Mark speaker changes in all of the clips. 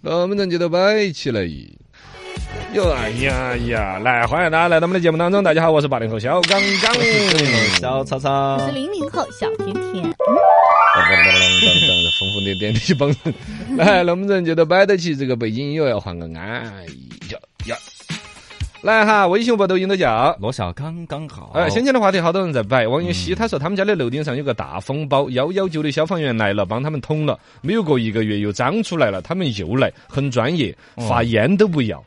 Speaker 1: 能不能接得摆起来？哟，哎呀呀！来，欢迎大家来到我们的节目当中。大家好，我是八零后小刚刚，
Speaker 2: 小曹操
Speaker 3: 我，是零零后小甜甜，
Speaker 1: 疯疯癫癫的一帮人。来，能不能接得摆得起？这个北京又要换个安呀呀！来哈，微信、微博、抖音都叫。
Speaker 2: 罗小刚刚好。
Speaker 1: 哎，先前的话题好多人在摆。王云熙他说他们家的楼顶上有个大风包，幺幺九的消防员来了，帮他们捅了。没有过一个月又长出来了，他们又来，很专业，
Speaker 2: 哦
Speaker 1: 发烟都不要。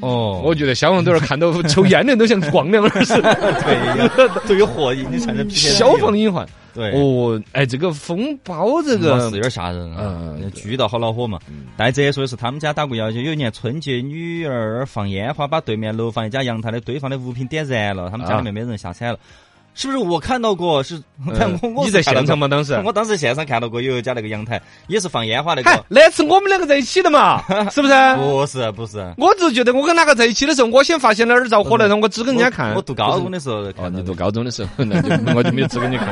Speaker 2: 哦，
Speaker 1: 我觉得消防队儿看到抽烟的人都想光亮 了，是
Speaker 2: 对，对于火已经产生 PTSD
Speaker 1: 消防的
Speaker 2: 了
Speaker 1: 隐患。
Speaker 2: 对，
Speaker 1: 哦，哎，这个风包这
Speaker 2: 这个是
Speaker 1: 个
Speaker 2: 有点吓人啊
Speaker 1: 嗯对，
Speaker 2: 剧到好恼火嘛。但这也说的是他们家打过谣，就有一年春节，女儿放烟花，把对面楼房一家阳台的堆放的物品点燃了，他们家里面没人下山了。是不是我看到过？是，
Speaker 1: 嗯
Speaker 2: 我我
Speaker 1: 你在
Speaker 2: 是看到
Speaker 1: 现
Speaker 2: 过
Speaker 1: 场吗？当时？啊嗯
Speaker 2: 我当时现场看到过有一家那个阳台也是放烟花那
Speaker 1: 嗨
Speaker 2: 个，，
Speaker 1: 那次我们两个在一起的 嘛，是不是？
Speaker 2: 不是不是，
Speaker 1: 我只觉得我跟哪个在一起的时候，我先发现哪儿着火了，然嗯后我指给人家看。
Speaker 2: 我我读高中的时候
Speaker 1: 哦，
Speaker 2: 看到
Speaker 1: 你
Speaker 2: 的
Speaker 1: 读高中的时候， 那就我就没有资格你看。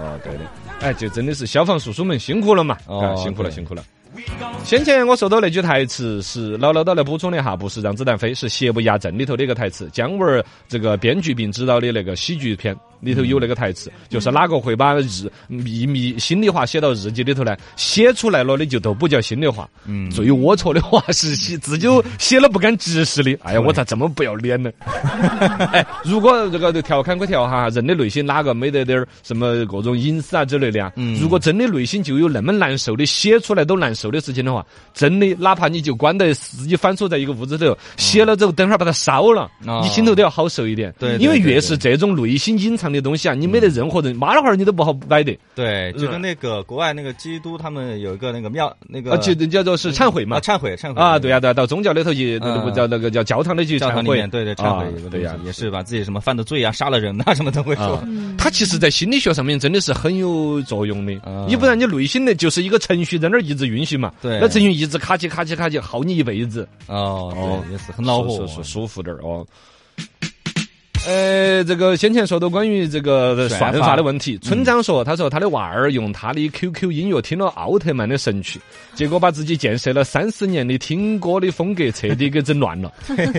Speaker 1: 哦，对的，哎，就真的是消防叔叔们辛苦了嘛，
Speaker 2: 哦
Speaker 1: 啊，辛苦了，
Speaker 2: 对
Speaker 1: 辛苦了。先前我说到那句台词是姥姥叨来补充了一下，不是让子弹飞，是《邪不压正》里头的一个台词，姜文儿这个编剧并执导的那个喜剧片里头有那个台词，就是哪个会把日秘密心里话写到日记里头呢？写出来了的就都不叫心里话，
Speaker 2: 嗯
Speaker 1: 最龌龊的话是 写自己都写了不敢直视的。哎呀，我咋这么不要脸呢？哎，如果这个调侃归调哈，人的内心哪个没得点儿什么各种隐私啊之类的啊？
Speaker 2: 嗯
Speaker 1: 如果真的内心就有那么难受的，写出来都难受的事情的话，真的哪怕你就关在自己反锁在一个屋子里头，写了之后，等会儿把它烧了，
Speaker 2: 嗯哦
Speaker 1: 你心头都要好受一点。
Speaker 2: 对对
Speaker 1: 因为
Speaker 2: 对
Speaker 1: 越
Speaker 2: 对嗯
Speaker 1: 是这种内心隐藏的东西啊，你没得任何人，妈老汉儿你都不好摆得。
Speaker 2: 对，就跟那个国外那个基督他们有一个那个庙那个
Speaker 1: 啊，就叫做是忏悔嘛
Speaker 2: 啊，。忏悔忏悔
Speaker 1: 啊，对呀、对呀、到宗教里头去，
Speaker 2: 嗯
Speaker 1: 那个叫那个叫教堂里去
Speaker 2: 教
Speaker 1: 忏
Speaker 2: 堂里
Speaker 1: 悔
Speaker 2: 面，对对，忏悔
Speaker 1: 啊
Speaker 2: 有个东
Speaker 1: 对呀
Speaker 2: 西，也是把自己什么犯的罪啊、杀了人 啊什么都会说
Speaker 1: 啊。它其实，在心理学上面真的是很有作用的。你不然你内心的就是一个程序在那儿一直运行嘛，
Speaker 2: 对
Speaker 1: 那程序一直卡起卡起卡起，耗你一辈子，
Speaker 2: 哦，
Speaker 1: 哦
Speaker 2: 对，也是很恼
Speaker 1: 舒。
Speaker 2: 火
Speaker 1: 舒舒服点儿哦。呃，这个先前说到关于这个
Speaker 2: 算法
Speaker 1: 算法的问题，村长说，他说他的娃儿用他的 QQ 音乐听了奥特曼的神曲，结果把自己建设了三四年的听歌的风格彻底给整乱 了。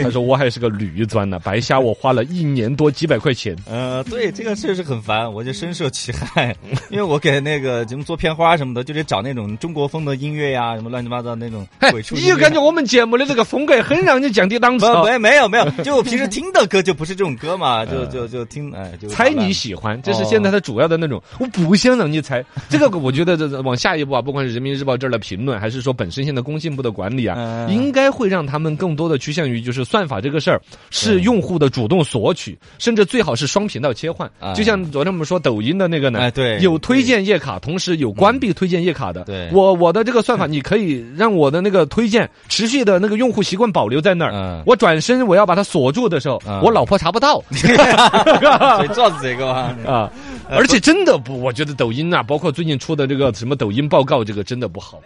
Speaker 1: 他说我还是个绿钻呢，白瞎我花了一年多几百块钱。
Speaker 2: 呃，对，这个确实很烦，我就深受其害， 因为我给那个节目做片花什么的，就得找那种中国风的音乐呀，什么乱七八糟那种
Speaker 1: 嘿
Speaker 2: 鬼畜音
Speaker 1: 你
Speaker 2: 乐。
Speaker 1: 就感觉我们节目的这个风格很让你降低档次、
Speaker 2: 不
Speaker 1: 哦。
Speaker 2: 没没有没 有，就我平时听的歌就不是这种歌嘛，就就就听哎就
Speaker 1: 猜你喜欢，这是现
Speaker 2: 哦
Speaker 1: 在它主要的那种。我不想让你猜，这个我觉得这这往下一步啊，不管是人民日报这儿的评论，还是说本身现在工信部的管理啊，
Speaker 2: 嗯
Speaker 1: 应该会让他们更多的趋向于就是算法这个事儿是用户的主动索取，甚至最好是双频道切换。
Speaker 2: 嗯
Speaker 1: 就像昨天我们说抖音的那个呢，
Speaker 2: 哎对
Speaker 1: 有推荐页卡，同时有关闭推荐页卡的。
Speaker 2: 对
Speaker 1: 我我的这个算 法，你可以让我的那个推荐持续的那个用户习惯保留在那儿。
Speaker 2: 嗯
Speaker 1: 我转身我要把它锁住的时候，
Speaker 2: 嗯
Speaker 1: 我老婆查不 到。
Speaker 2: 所以主要是这个 嘛。
Speaker 1: 啊，而且真的不，我觉得抖音呐、啊包括最近出的这个什么抖音报告，这个真的不 好，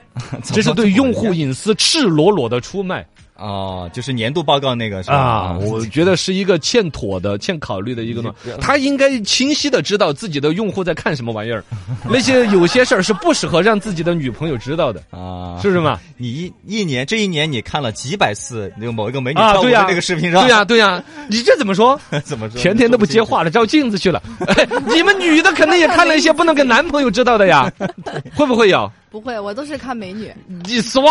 Speaker 1: 这是对用户隐私赤裸裸的出卖
Speaker 2: 哦，就是年度报告那个是吧？
Speaker 1: 啊！我觉得是一个欠妥的、欠考虑的一个呢。他应该清晰的知道自己的用户在看什么玩意儿，那些有些事儿是不适合让自己的女朋友知道的，
Speaker 2: 啊，
Speaker 1: 是不是嘛？
Speaker 2: 你一一年这一年你看了几百次那个某一个美女
Speaker 1: 啊，
Speaker 2: 哎跳舞
Speaker 1: 对
Speaker 2: 的
Speaker 1: 呀，
Speaker 2: 那个视频是吧？
Speaker 1: 对呀，对呀，你这怎么说？
Speaker 2: 怎么说？
Speaker 1: 天天都不接话了，照镜子去了。哎你们女的可能也看了一些不能跟男朋友知道的 呀，会不会有？
Speaker 3: 不会，我都是看美 女，
Speaker 1: 你算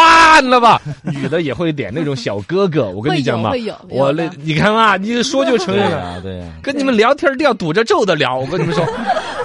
Speaker 1: 了吧，女的也会点那种小哥哥，我跟你讲嘛，
Speaker 3: 会有会有
Speaker 1: 我
Speaker 3: 有的
Speaker 1: 那你看嘛，你一说就承
Speaker 2: 对
Speaker 1: 认
Speaker 2: 呀、
Speaker 1: 了。
Speaker 2: 对呀、
Speaker 1: 跟你们聊天儿都要堵着咒的聊，我跟你们说，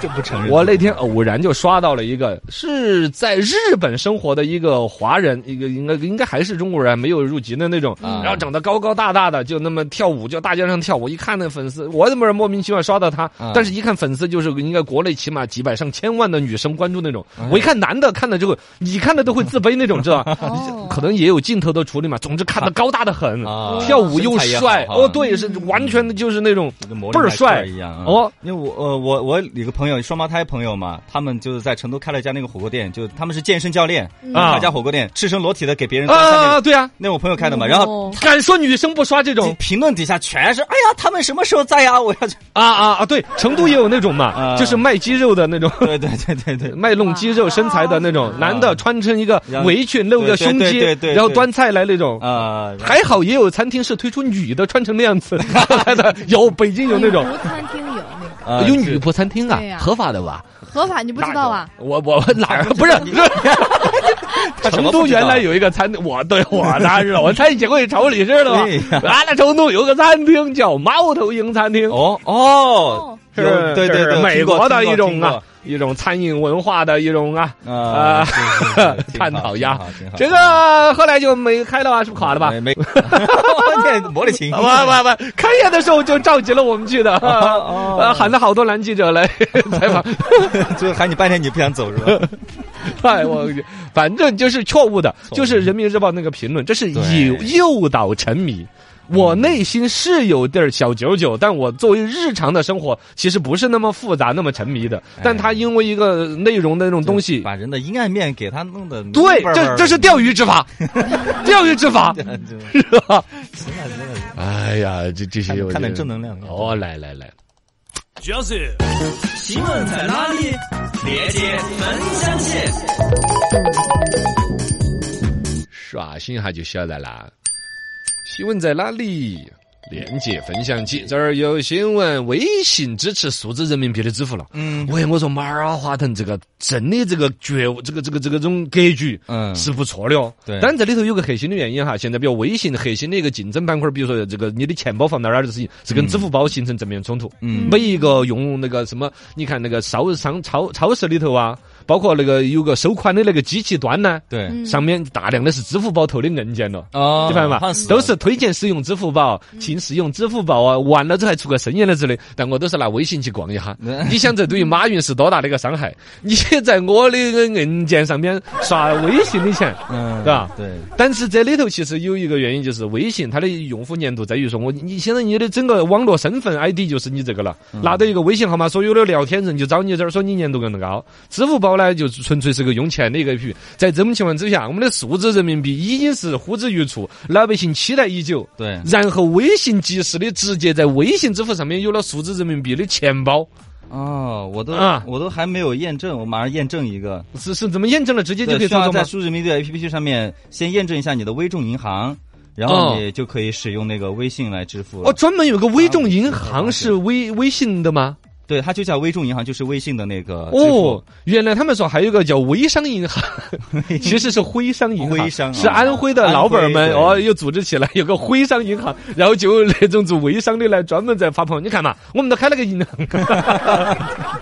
Speaker 2: 这不承认。
Speaker 1: 我那天偶然就刷到了一个是在日本生活的一个华人，一个应该应该还是中国人，没有入籍的那种，
Speaker 2: 啊
Speaker 1: 然后长得高高大大的，就那么跳舞，就大街上跳舞。一看那粉丝，我怎么莫名其妙刷到他
Speaker 2: 啊？
Speaker 1: 但是一看粉丝就是应该国内起码几百上千万的女生关注那种，
Speaker 2: 哎
Speaker 1: 我一看男的看了之后，你看了都会自卑那种，知道吧？
Speaker 3: 哦
Speaker 1: 可能也有镜头的处理嘛。总之看的高大的很，
Speaker 2: 啊
Speaker 1: 跳舞又
Speaker 2: 身材也
Speaker 1: 帅，
Speaker 2: 好哈啊
Speaker 1: 哦，对，是完全的就是那种
Speaker 2: 跟魔力
Speaker 1: 倍儿
Speaker 2: 派克
Speaker 1: 帅
Speaker 2: 一样啊
Speaker 1: 哦。
Speaker 2: 因为我呃我我有个朋友双胞胎朋友嘛，他们就是在成都开了一家那个火锅店，就他们是健身教练，
Speaker 1: 啊
Speaker 2: 他家火锅店赤身裸体的给别人
Speaker 1: 啊
Speaker 2: 端菜
Speaker 1: 啊
Speaker 2: 那
Speaker 1: 啊！
Speaker 2: 个，
Speaker 1: 对啊，
Speaker 2: 那我朋友开的嘛，然后
Speaker 3: 哦
Speaker 1: 敢说女生不刷这种。
Speaker 2: 评论底下全是哎呀他们什么时候在呀？我要去。
Speaker 1: 啊啊啊！对，成都也有那种嘛，
Speaker 2: 啊
Speaker 1: 就是卖鸡肉的 那种，
Speaker 2: 对对对对对。
Speaker 3: 啊
Speaker 1: 卖弄鸡肉身材的那种，男的穿成一个围裙，露个
Speaker 2: 啊对
Speaker 1: 胸
Speaker 2: 对
Speaker 1: 肌
Speaker 2: 对对对
Speaker 1: 然后
Speaker 2: 对
Speaker 1: 端菜来那种。
Speaker 2: 啊，然后
Speaker 1: 还好也有餐厅是推出女的穿成那样子来的，有北京有那种
Speaker 3: 女仆餐厅有那 个
Speaker 2: 啊
Speaker 1: 有女仆餐厅啊
Speaker 3: 对，呀
Speaker 1: 合法的吧？
Speaker 3: 合法，你不知道啊？
Speaker 1: 我我哪 儿不是？
Speaker 2: 他什
Speaker 1: 成
Speaker 2: 么
Speaker 1: 都
Speaker 2: 不知道
Speaker 1: 原来有一个餐厅，我对 我当然知道，我餐饮协会朝里知道吗
Speaker 2: 对？
Speaker 1: 啊，那成都有个餐厅叫猫头鹰餐厅，
Speaker 2: 哦哦，
Speaker 3: 哦，
Speaker 1: 是
Speaker 2: 有对对
Speaker 1: 是
Speaker 2: 对，
Speaker 1: 美
Speaker 2: 听过
Speaker 1: 国的
Speaker 2: 听
Speaker 1: 一
Speaker 2: 过
Speaker 1: 种
Speaker 2: 听
Speaker 1: 啊
Speaker 2: 过，
Speaker 1: 一种餐饮文化的一种啊。啊
Speaker 2: 啊，是 是是挺
Speaker 1: 探
Speaker 2: 好
Speaker 1: 讨
Speaker 2: 挺
Speaker 1: 呀
Speaker 2: 好挺好
Speaker 1: 这个后来就没开了啊，是不是垮了吧？
Speaker 2: 啊没 没，我天，没得清
Speaker 1: 不不不，开业的时候就召集了我们去的，
Speaker 2: 哦
Speaker 1: 呃，喊了好多男记者来 采 访。
Speaker 2: 就喊你半天你不想走是吧？
Speaker 1: 哎，我反正就是错误的，
Speaker 2: 误
Speaker 1: 就是人民日报那个评论，这是
Speaker 2: 对嗯
Speaker 1: 诱诱导沉迷。我内心是有点儿小九九，但我作为日常的生活，其实不是那么复杂、那么沉迷的。但他因为一个内容的那种 东西，
Speaker 2: 哎 把人的阴暗面给他弄得
Speaker 1: 对，这这 是嗯钓鱼执法，钓鱼执法，
Speaker 2: 鱼，
Speaker 1: 是吧？
Speaker 2: 真的真的
Speaker 1: 哎呀，这这些
Speaker 2: 看
Speaker 1: 我
Speaker 2: 看点
Speaker 1: 觉得
Speaker 2: 正能量
Speaker 1: 哦，来来来，
Speaker 4: 徐老师，
Speaker 2: 新闻在哪里？链接分享起。
Speaker 1: 刷新一下就晓得啦。新闻在哪里？链接分享起，这儿有新闻，微信支持数字人民币的支付了。
Speaker 2: 嗯
Speaker 1: 喂，我说马尔华腾这个真的这个觉悟，这个这个这个这种格局。
Speaker 2: 嗯，
Speaker 1: 是不错的哦，
Speaker 2: 对
Speaker 1: 但这里头有个核心的原因哈，现在比如微信核心的一个竞争板块，比如说这个你的钱包放到哪儿的事情，是跟支付宝形成正面冲突。
Speaker 2: 嗯
Speaker 1: 每一个用那个什么，你看那个超商超超市里头啊，包括那个有个收款的那个机器端呢，
Speaker 2: 对
Speaker 3: 嗯
Speaker 1: 上面大量的是支付宝头的硬件了。
Speaker 2: 哦
Speaker 1: 你发现吧？都是推荐使用支付宝，请使用支付宝啊！完了之后还出个深夜的之类，但我都是拿微信去逛一下。
Speaker 2: 嗯
Speaker 1: 你想这对于马云是多大的一个伤害？你现在我的一个硬件上面刷微信的钱，
Speaker 2: 嗯
Speaker 1: 对吧
Speaker 2: 对，
Speaker 1: 但是这里头其实有一个原因，就是微信它的用户粘度在于说，我你现在你的整个网络身份 ID 就是你这个了，
Speaker 2: 嗯
Speaker 1: 拿到一个微信号码，所有的聊天人就找你这儿，说你粘度更高。支付宝呢，就纯粹是个用钱的一个 APP。在这种情况之下，我们的数字人民币已经是呼之欲出，老百姓期待已久。
Speaker 2: 对
Speaker 1: 然后微信及时的直接在微信支付上面有了数字人民币的钱包，
Speaker 2: 哦，我都
Speaker 1: 啊
Speaker 2: 我都还没有验证，我马上验证一个，
Speaker 1: 是是怎么验证了？直接就可
Speaker 2: 对
Speaker 1: 以
Speaker 2: 需
Speaker 1: 操
Speaker 2: 要
Speaker 1: 作
Speaker 2: 在
Speaker 1: 吗？
Speaker 2: 数字人民币的 APP 上面先验证一下你的微众银行，然后
Speaker 1: 哦
Speaker 2: 你就可以使用那个微信来支付了。
Speaker 1: 哦，专门有个微众银行
Speaker 2: 啊
Speaker 1: 是微微信的吗？
Speaker 2: 对，它就叫微众银行，就是微信的那个啊支付
Speaker 1: 哦，原来他们说还有一个叫微商银 行，其实是徽商银行，
Speaker 2: 徽商
Speaker 1: 是
Speaker 2: 啊
Speaker 1: 安徽的老板们
Speaker 2: 安徽对
Speaker 1: 哦，又组织起来有个徽商银行， 然后就有那种做微商的来专门在发朋友。你看嘛，我们都开了个银 行。啊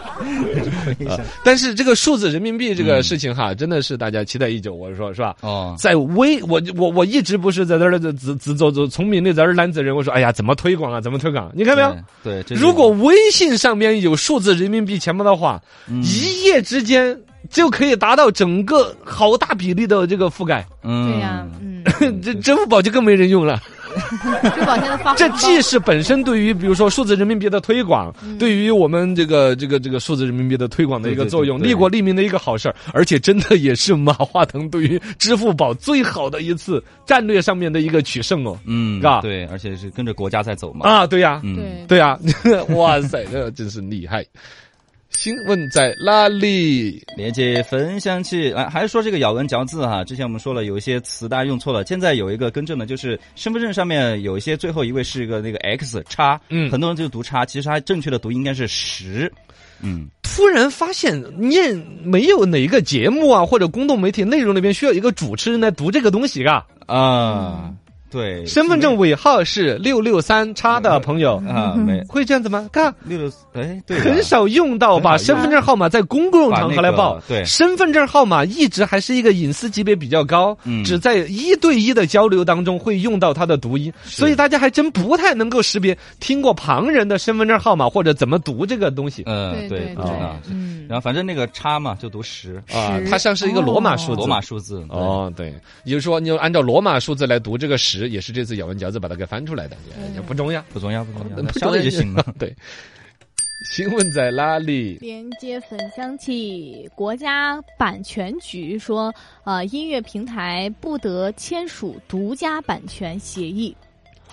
Speaker 2: 微商。
Speaker 1: 但是这个数字人民币这个事情哈，真的是大家期待已久，我是说是吧？
Speaker 2: 哦，
Speaker 1: 在微我我我一直不是在这儿自自自作做聪明的在这儿懒子人，我说哎呀，怎么推广啊？怎么推广？你看没有？
Speaker 2: 对，对，这是
Speaker 1: 如果微信上面有数字人民币钱包的话，
Speaker 2: 嗯
Speaker 1: 一夜之间就可以达到整个好大比例的这个覆盖，
Speaker 2: 嗯，
Speaker 3: 对呀，嗯，
Speaker 1: 这支付宝就更没人用了。
Speaker 3: 支嗯付宝现在发红包
Speaker 1: 这既是本身对于比如说数字人民币的推广，对于我们这个这个这个数字人民币的推广的一个
Speaker 2: 对对
Speaker 1: 作用，
Speaker 2: 对对
Speaker 1: 利国利民的一个好事儿，而且真的也是马化腾对于支付宝最好的一次战略上面的一个取胜哦。
Speaker 2: 嗯，
Speaker 1: 嘎
Speaker 2: 对，而且是跟着国家在走嘛。
Speaker 1: 啊，对 呀、
Speaker 2: 嗯，
Speaker 3: 对，
Speaker 1: 对呀、哇塞，这真是厉害！新闻在哪里？
Speaker 2: 连接焚香器，啊，还是说这个咬文嚼字哈、之前我们说了，有一些词大家用错了，现在有一个更正的，就是身份证上面有一些最后一位是一个那个 X 叉，
Speaker 1: 嗯
Speaker 2: 很多人就读叉，其实它正确的读应该是十，嗯，
Speaker 1: 突然发现念没有哪个节目啊或者公众媒体内容里边需要一个主持人来读这个东西嘎。
Speaker 2: 啊，对，
Speaker 1: 身份证尾号是六六三叉的朋友
Speaker 2: 啊没
Speaker 1: 会这样子吗？嘎，
Speaker 2: 六六，哎，对啊，
Speaker 1: 很少用到把
Speaker 2: 很少
Speaker 1: 身
Speaker 2: 用
Speaker 1: 份证号码在公共场合来
Speaker 2: 啊把
Speaker 1: 报
Speaker 2: 那个。对
Speaker 1: 身份证号码一直还是一个隐私级别比较高，
Speaker 2: 嗯
Speaker 1: 只在一对一的交流当中会用到它的读音，所以大家还真不太能够识别听过旁人的身份证号码或者怎么读这个东西。
Speaker 2: 嗯，
Speaker 3: 对
Speaker 2: 对，不知道
Speaker 3: 对，，嗯，
Speaker 2: 然后反正那个叉嘛就读十，
Speaker 1: 啊，
Speaker 3: 十
Speaker 1: 它像是一个罗马
Speaker 3: 哦
Speaker 1: 数字，
Speaker 2: 罗马数字，对，
Speaker 1: 哦，对，也就是说，你要按照罗马数字来读这个十，也是这次咬文嚼字把它给翻出来的，也也不重要，
Speaker 2: 不重要不重要，
Speaker 1: 不
Speaker 2: 那
Speaker 1: 重
Speaker 2: 晓得就行了。。
Speaker 1: 对，新闻在哪里？
Speaker 3: 连接焚香器，国家版权局说，呃，音乐平台不得签署独家版权协议。嗯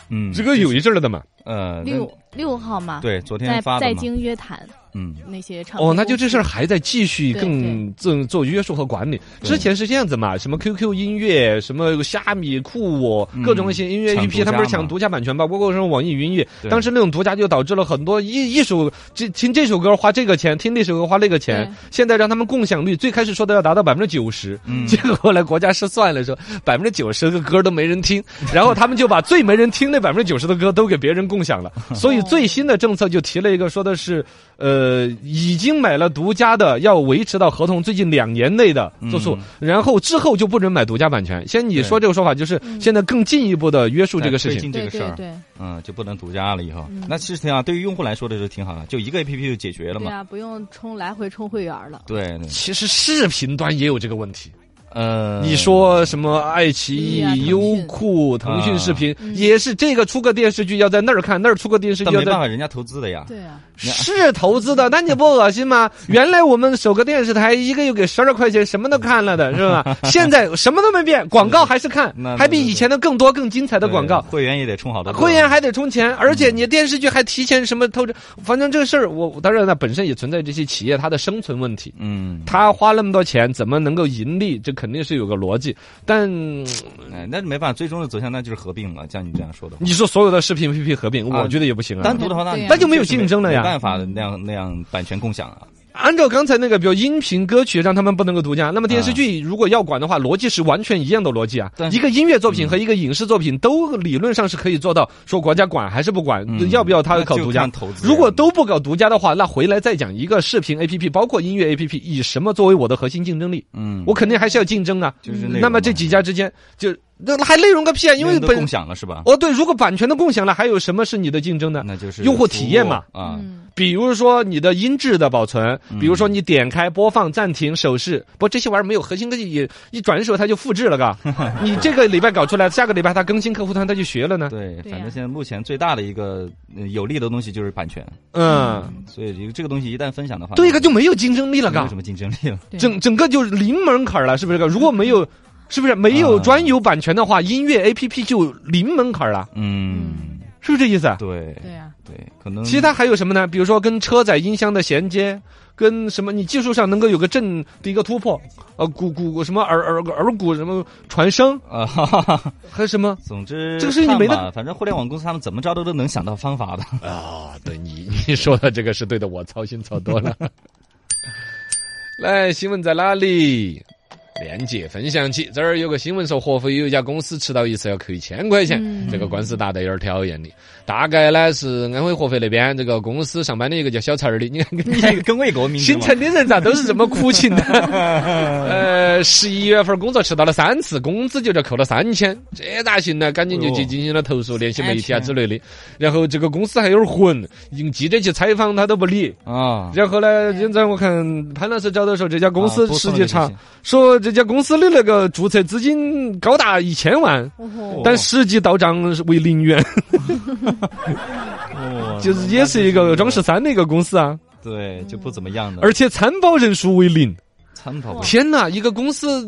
Speaker 2: 嗯，
Speaker 1: 这个有一阵儿了的嘛，
Speaker 2: 呃，
Speaker 3: 六六号嘛，
Speaker 2: 对，昨
Speaker 3: 在
Speaker 2: 天发的
Speaker 3: 在
Speaker 2: 嘛，
Speaker 3: 京约谈
Speaker 2: 嗯，
Speaker 3: 那些唱片
Speaker 1: 哦，那就
Speaker 3: 公司
Speaker 1: 这事儿还在继续
Speaker 3: 对
Speaker 1: 更做做约束和管理。
Speaker 2: 对
Speaker 1: 之前是这样子嘛，什么 QQ 音乐、什么虾米、酷我，
Speaker 2: 嗯
Speaker 1: 各种一些音乐
Speaker 2: 抢
Speaker 1: APP，他们不是
Speaker 2: 独家嘛
Speaker 1: 抢独家版权吧？包括什么网易云音乐，
Speaker 2: 对
Speaker 1: 当时那种独家就导致了很多一一首这听这首歌花这个钱，听那首歌花那个钱
Speaker 3: 对。
Speaker 1: 现在让他们共享率，最开始说的要达到百分之九十。
Speaker 2: 嗯
Speaker 1: 结果后来国家是算了说，百分之九十的歌都没人听，然后他们就把最没人听那百分之九十的歌都给别人共享了。 所以最新的政策就提了一个，说的是，呃，已经买了独家的，要维持到合同最近两年内的住宿，然后之后就不准买独家版权。先你说这个说法，就是
Speaker 3: 嗯
Speaker 1: 现在更进一步的约束这个事
Speaker 2: 在推
Speaker 1: 情。
Speaker 2: 进这
Speaker 3: 对
Speaker 2: 个事
Speaker 3: 对
Speaker 2: 儿，
Speaker 3: 对
Speaker 2: 嗯，就不能独家了以后
Speaker 3: 嗯。
Speaker 2: 那其实挺好，对于用户来说的就挺好的，就一个 APP 就解决了
Speaker 3: 对
Speaker 2: 嘛。
Speaker 3: 啊，不用充来回充会员了，
Speaker 2: 对，对
Speaker 1: 其实视频端也有这个问题。
Speaker 2: 呃，
Speaker 1: 你说什么爱奇
Speaker 3: 嗯啊腾
Speaker 1: 艺、
Speaker 3: 讯
Speaker 1: 优酷、腾讯视频
Speaker 3: 嗯
Speaker 1: 也是这个出个电视剧要在那儿看，那儿出个电视剧
Speaker 2: 但
Speaker 1: 要
Speaker 2: 没
Speaker 1: 在
Speaker 2: 办法，人家投资的呀。
Speaker 3: 对啊，
Speaker 1: 是投资的，那你不恶心 吗？原来我们首个电视台一个月给十二块钱，什么都看了的是 吧？现在什么都没变，广告还是看
Speaker 2: 那，
Speaker 1: 还比以前的更多更精彩的广告
Speaker 2: 对。会员也得充好多个。
Speaker 1: 会员还得充钱，而且你电视剧还提前什么偷着，反正这个事儿，我当然了，本身也存在这些企业它的生存问题。
Speaker 2: 嗯，
Speaker 1: 他花那么多钱，怎么能够盈利？这肯定是有个逻辑。但
Speaker 2: 哎，那没办法，最终的走向那就是合并了。像你这样说的话，
Speaker 1: 你说所有的视频 APP 合并，
Speaker 2: 啊
Speaker 1: 我觉得也不行啊
Speaker 2: 单。独的话，那
Speaker 3: 对呀
Speaker 1: 那就没有竞争了呀
Speaker 2: 没办法的，那样那样版权共享啊。
Speaker 1: 按照刚才那个，比如音频、歌曲，让他们不能够独家。那么电视剧
Speaker 2: 啊
Speaker 1: 如果要管的话，逻辑是完全一样的逻辑啊
Speaker 2: 但。是
Speaker 1: 一个音乐作
Speaker 2: 嗯
Speaker 1: 品和一个影视作品都理论上是可以做到，说国家管还是不管，
Speaker 2: 嗯
Speaker 1: 要不要他
Speaker 2: 那
Speaker 1: 搞
Speaker 2: 就
Speaker 1: 独家
Speaker 2: 看？投资人？
Speaker 1: 如果都不搞独家的话，那回来再讲一个视频 APP，包括音乐 APP，以什么作为我的核心竞争力？
Speaker 2: 嗯，
Speaker 1: 我肯定还是要竞争啊。
Speaker 2: 就是
Speaker 1: 那么这几家之间就那还内容个屁啊！因为
Speaker 2: 人都
Speaker 1: 本
Speaker 2: 共享了是吧？
Speaker 1: 哦对，如果版权都共享了，还有什么是你的竞争呢？
Speaker 2: 那就是
Speaker 1: 哦用户体验嘛
Speaker 2: 服务啊，
Speaker 3: 嗯，
Speaker 1: 比如说你的音质的保存，比如说你点开、播放、暂停、手势，不，这些玩意儿没有核心科技，也一转手它就复制了，嘎。你这个礼拜搞出来，下个礼拜它更新客户端，它就学了呢。
Speaker 2: 对，
Speaker 3: 对
Speaker 2: 反正
Speaker 3: 呀
Speaker 2: 现在目前最大的一个呃有利的东西就是版权，
Speaker 1: 嗯，
Speaker 2: 所以这个这个东西一旦分享的话，
Speaker 1: 对个就没有竞争力了，
Speaker 2: 没有
Speaker 1: 嘎
Speaker 2: 什。么竞争力了。
Speaker 3: 对啊
Speaker 1: 整整个就是零门槛了，是不是？嘎？如果没有，是不是没有专有版权的话，音乐 A P P 就零门槛了，
Speaker 2: 嗯，
Speaker 1: 是不是这意思？
Speaker 2: 对
Speaker 3: 对啊，
Speaker 2: 对，可能
Speaker 1: 其他还有什么呢？比如说跟车载音箱的衔接，跟什么你技术上能够有个正的一个突破，呃，鼓鼓什么耳耳耳骨什么传声，
Speaker 2: 啊， 哈哈哈
Speaker 1: 还有什么？
Speaker 2: 总之
Speaker 1: 这个事情你没得
Speaker 2: 看吧，反正互联网公司他们怎么着都都能想到方 法的。
Speaker 1: 啊、对你你说的这个是对的，我操心操多了。 来，新闻在哪里？链接分享起，这儿有个新闻说，合肥有一家公司迟到一次要扣一千块钱，
Speaker 3: 嗯
Speaker 1: 这个官司打得有点挑眼力。大概呢是安徽合肥那边这个公司上班的一个叫小陈儿的，你看
Speaker 2: 你还跟魏国名字
Speaker 1: 姓
Speaker 2: 嘛
Speaker 1: 陈的人咋都是这么苦 情的？呃，十一月份工作迟到了三次，工资就这扣了三千，这咋行呢？赶紧就
Speaker 2: 哎
Speaker 1: 去
Speaker 2: 呦
Speaker 1: 进行了投诉，联系媒体啊之类的。然后这个公司还有点混，用记者去采访他都不理。
Speaker 2: 啊，
Speaker 1: 然后呢，今早我看潘老师找到说，这家公司
Speaker 2: 啊
Speaker 1: 实际查，，
Speaker 2: 多
Speaker 1: 说这家公司的那个注册资金高达一千万。
Speaker 3: 哦吼，
Speaker 1: 但实际到账为零元，
Speaker 2: 送了 个信息
Speaker 1: 哦就是也是一个装十三的一个公司啊，
Speaker 2: 对，就不怎么样的。
Speaker 1: 而且参保人数为零。
Speaker 2: 参考
Speaker 3: 哇
Speaker 1: 天哪，一个公司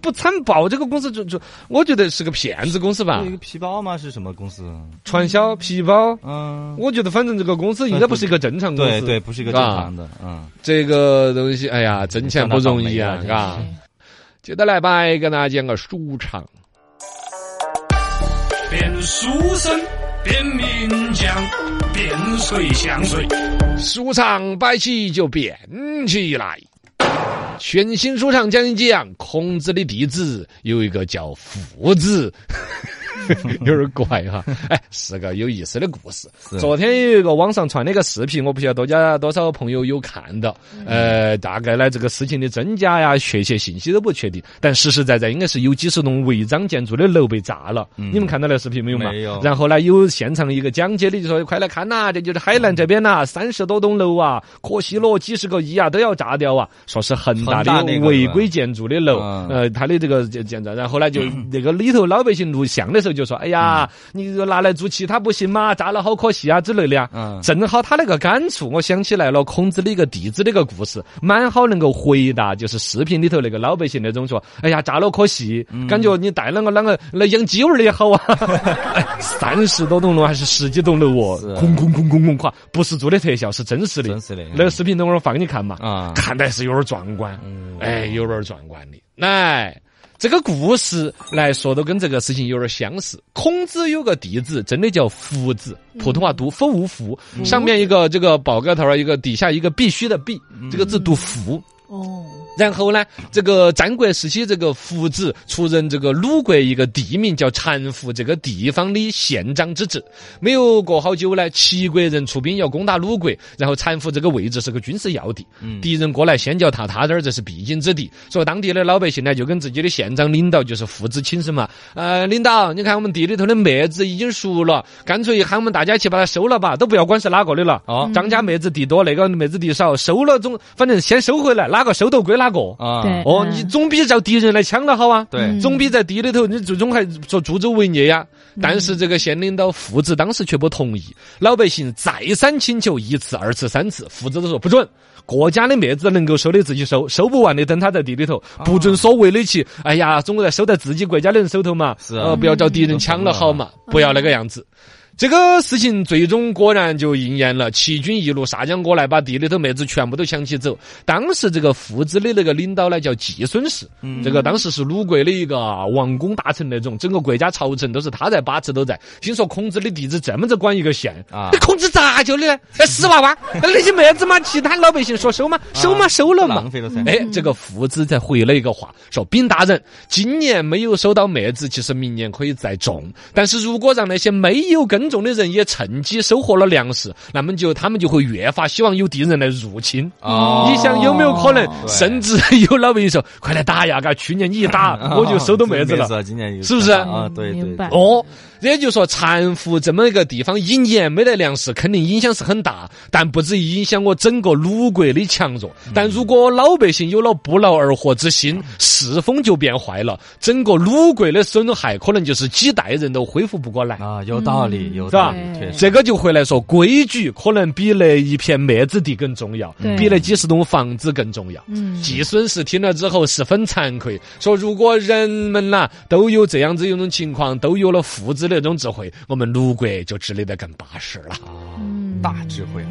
Speaker 1: 不参保，这个公司就就，我觉得是个骗子公司吧
Speaker 2: 啊有一，个皮包吗？是什么公司？
Speaker 1: 传销、皮包。
Speaker 2: 嗯，
Speaker 1: 我觉得反正这个公司应该不是一个正常公
Speaker 2: 对
Speaker 1: 司，
Speaker 2: 对，，不是一个正
Speaker 1: 啊
Speaker 2: 常的，嗯，
Speaker 1: 这个东西，哎呀，挣钱不容易啊，
Speaker 2: 上当倒霉
Speaker 1: 嘎。接着来吧，给大家讲个书场。
Speaker 4: 变书生，变名将，变谁像谁？
Speaker 1: 书场摆起就变起来。全新书场讲一讲孔子的弟子有一个叫夫子， 有点怪哈。哎，是个有意思的故事。
Speaker 2: 是
Speaker 1: 昨天有一个网上传了一个视频，我不晓得多家多少朋友有看到。
Speaker 2: 嗯
Speaker 1: 呃，大概呢这个事情的真假呀，确切信息都不确定，但实实在在应该是有几十栋违章建筑的楼被炸了。
Speaker 2: 嗯
Speaker 1: 你们看到那视频没有嘛？
Speaker 2: 没有
Speaker 1: 然后呢，有现场一个讲解的就说：“快来看呐、这就是海
Speaker 2: 嗯
Speaker 1: 南这边呐、三十多栋楼啊，可惜了，几十个亿啊都要炸掉啊，说是恒大
Speaker 2: 恒大
Speaker 1: 的
Speaker 2: 那个
Speaker 1: 违规建筑的楼，
Speaker 2: 嗯
Speaker 1: 呃，它的这个建建筑，然后呢就那个里头老百姓录像的时候就说：“哎呀，
Speaker 2: 嗯
Speaker 1: 你拿来做其他不行吗？炸了好可惜啊之类的呀。”
Speaker 2: 嗯
Speaker 1: 正好他那个感触，我想起来了孔子的一个弟子的一个故事，蛮好能够回答，就是视频里头那个老百姓那种说：“哎呀，炸了可惜，
Speaker 2: 嗯
Speaker 1: 感觉你带啷个啷个来养鸡娃儿的也好啊。 哎”三十多栋楼还是十几栋楼哦
Speaker 2: 是，
Speaker 1: 空空空空空垮，不是做的特效，是真实的。
Speaker 2: 真实的嗯
Speaker 1: 那个视频等会儿发给你看嘛。
Speaker 2: 啊，
Speaker 1: 看来是有点儿壮观，
Speaker 2: 嗯
Speaker 1: 哎，有点儿壮观的。来，这个故事来说的跟这个事情有点儿相似。孔子有个弟子，真的叫夫子，普通话读“夫无夫”，上面一个这个宝盖头儿，啊一个底下一个必须的“必”，
Speaker 2: 嗯
Speaker 1: 这个字读“夫”。
Speaker 3: 哦，
Speaker 1: 然后呢，这个战国时期，这个夫子出任这个鲁国一个地名叫禅府这个地方的县长之职。没有过好久呢，齐国人出兵要攻打鲁国，然后禅府这个位置是个军事要地，
Speaker 2: 嗯
Speaker 1: 敌人过来先叫他他这儿这是必经之地，所以当地的老百姓呢就跟自己的县长领导就是父子亲生嘛。呃，领导，你看我们地里头的麦子已经熟了，干脆喊我们大家一起把它收了吧，都不要管是哪个的了。
Speaker 2: 哦
Speaker 1: 张家麦子地多，那个麦子地少，收了总反正先收回来，哪个收到归哪个。
Speaker 2: 啊，
Speaker 3: 对
Speaker 1: 哦，
Speaker 3: 嗯
Speaker 1: 你总比叫敌人来抢了好啊。
Speaker 2: 对
Speaker 3: 嗯
Speaker 1: 总比在地里头，你最终还说助纣为虐呀。
Speaker 2: 嗯
Speaker 1: 但是这个县领导父子当时却不同意，老百姓再三请求，一次、二次、三次，父子都说不准。国家的麦子能够收的自己收，收不完的等他在地里头，
Speaker 2: 啊
Speaker 1: 不准所谓的去。哎呀，总归在收在自己国家的人手头嘛，
Speaker 2: 是啊嗯
Speaker 1: 呃，不要找敌人抢了好嘛，不要那个样子。这个事情最终果然就应验了，齐军一路杀将过来，把地里头麦子全部都抢起走。当时这个父子的那个领导呢，叫季孙氏，这个当时是鲁国的一个王公大臣那种，整个国家朝臣都是他在把持都在。听说孔子的弟子这么子管一个县
Speaker 2: 啊
Speaker 1: 那孔子咋就的呢？哎，死娃娃，那那些麦子嘛，其他老百姓说收嘛，收嘛，收了嘛
Speaker 2: 浪。费了噻。
Speaker 1: 哎，这个父子才回了一个话，说：“丙大人，今年没有收到麦子，其实明年可以再种。但是如果让那些没有耕种的人也趁机收获了粮食，那么就他们就会越发希望有敌人来入侵。
Speaker 2: 哦
Speaker 1: 你想有没有可能？
Speaker 2: 对
Speaker 1: 甚至有老百姓说：‘快来打呀！’嘎，去年你一
Speaker 2: 啊
Speaker 1: 打，我就收到麦子了。，
Speaker 2: 今年有
Speaker 1: 是不是
Speaker 2: 啊，对对
Speaker 3: 明白
Speaker 2: 对
Speaker 1: 哦，也就是说，禅府这么一个地方，一年没得粮食，肯定影响是很大，但不至于影响我整个鲁国的强弱。
Speaker 2: 嗯
Speaker 1: 但如果老百姓有了不劳而获之心，世风就变坏了，整个鲁国的损害可能就是几代人都恢复不过来。
Speaker 2: 啊，有道理，有
Speaker 1: 嗯是吧
Speaker 2: 道理，确实
Speaker 1: 这个就回来说，规矩可能比那一片麦子地更重
Speaker 2: 嗯
Speaker 1: 要
Speaker 3: 对，
Speaker 1: 比那几十栋房子更重要。
Speaker 3: 嗯，
Speaker 1: 季孙氏听了之后十分惭愧，说：“如果人们呐、都有这样子一种情况，都有了父子那种智慧，我们鲁国就治理得更巴适了。”
Speaker 2: 啊
Speaker 3: 嗯
Speaker 2: 大智慧。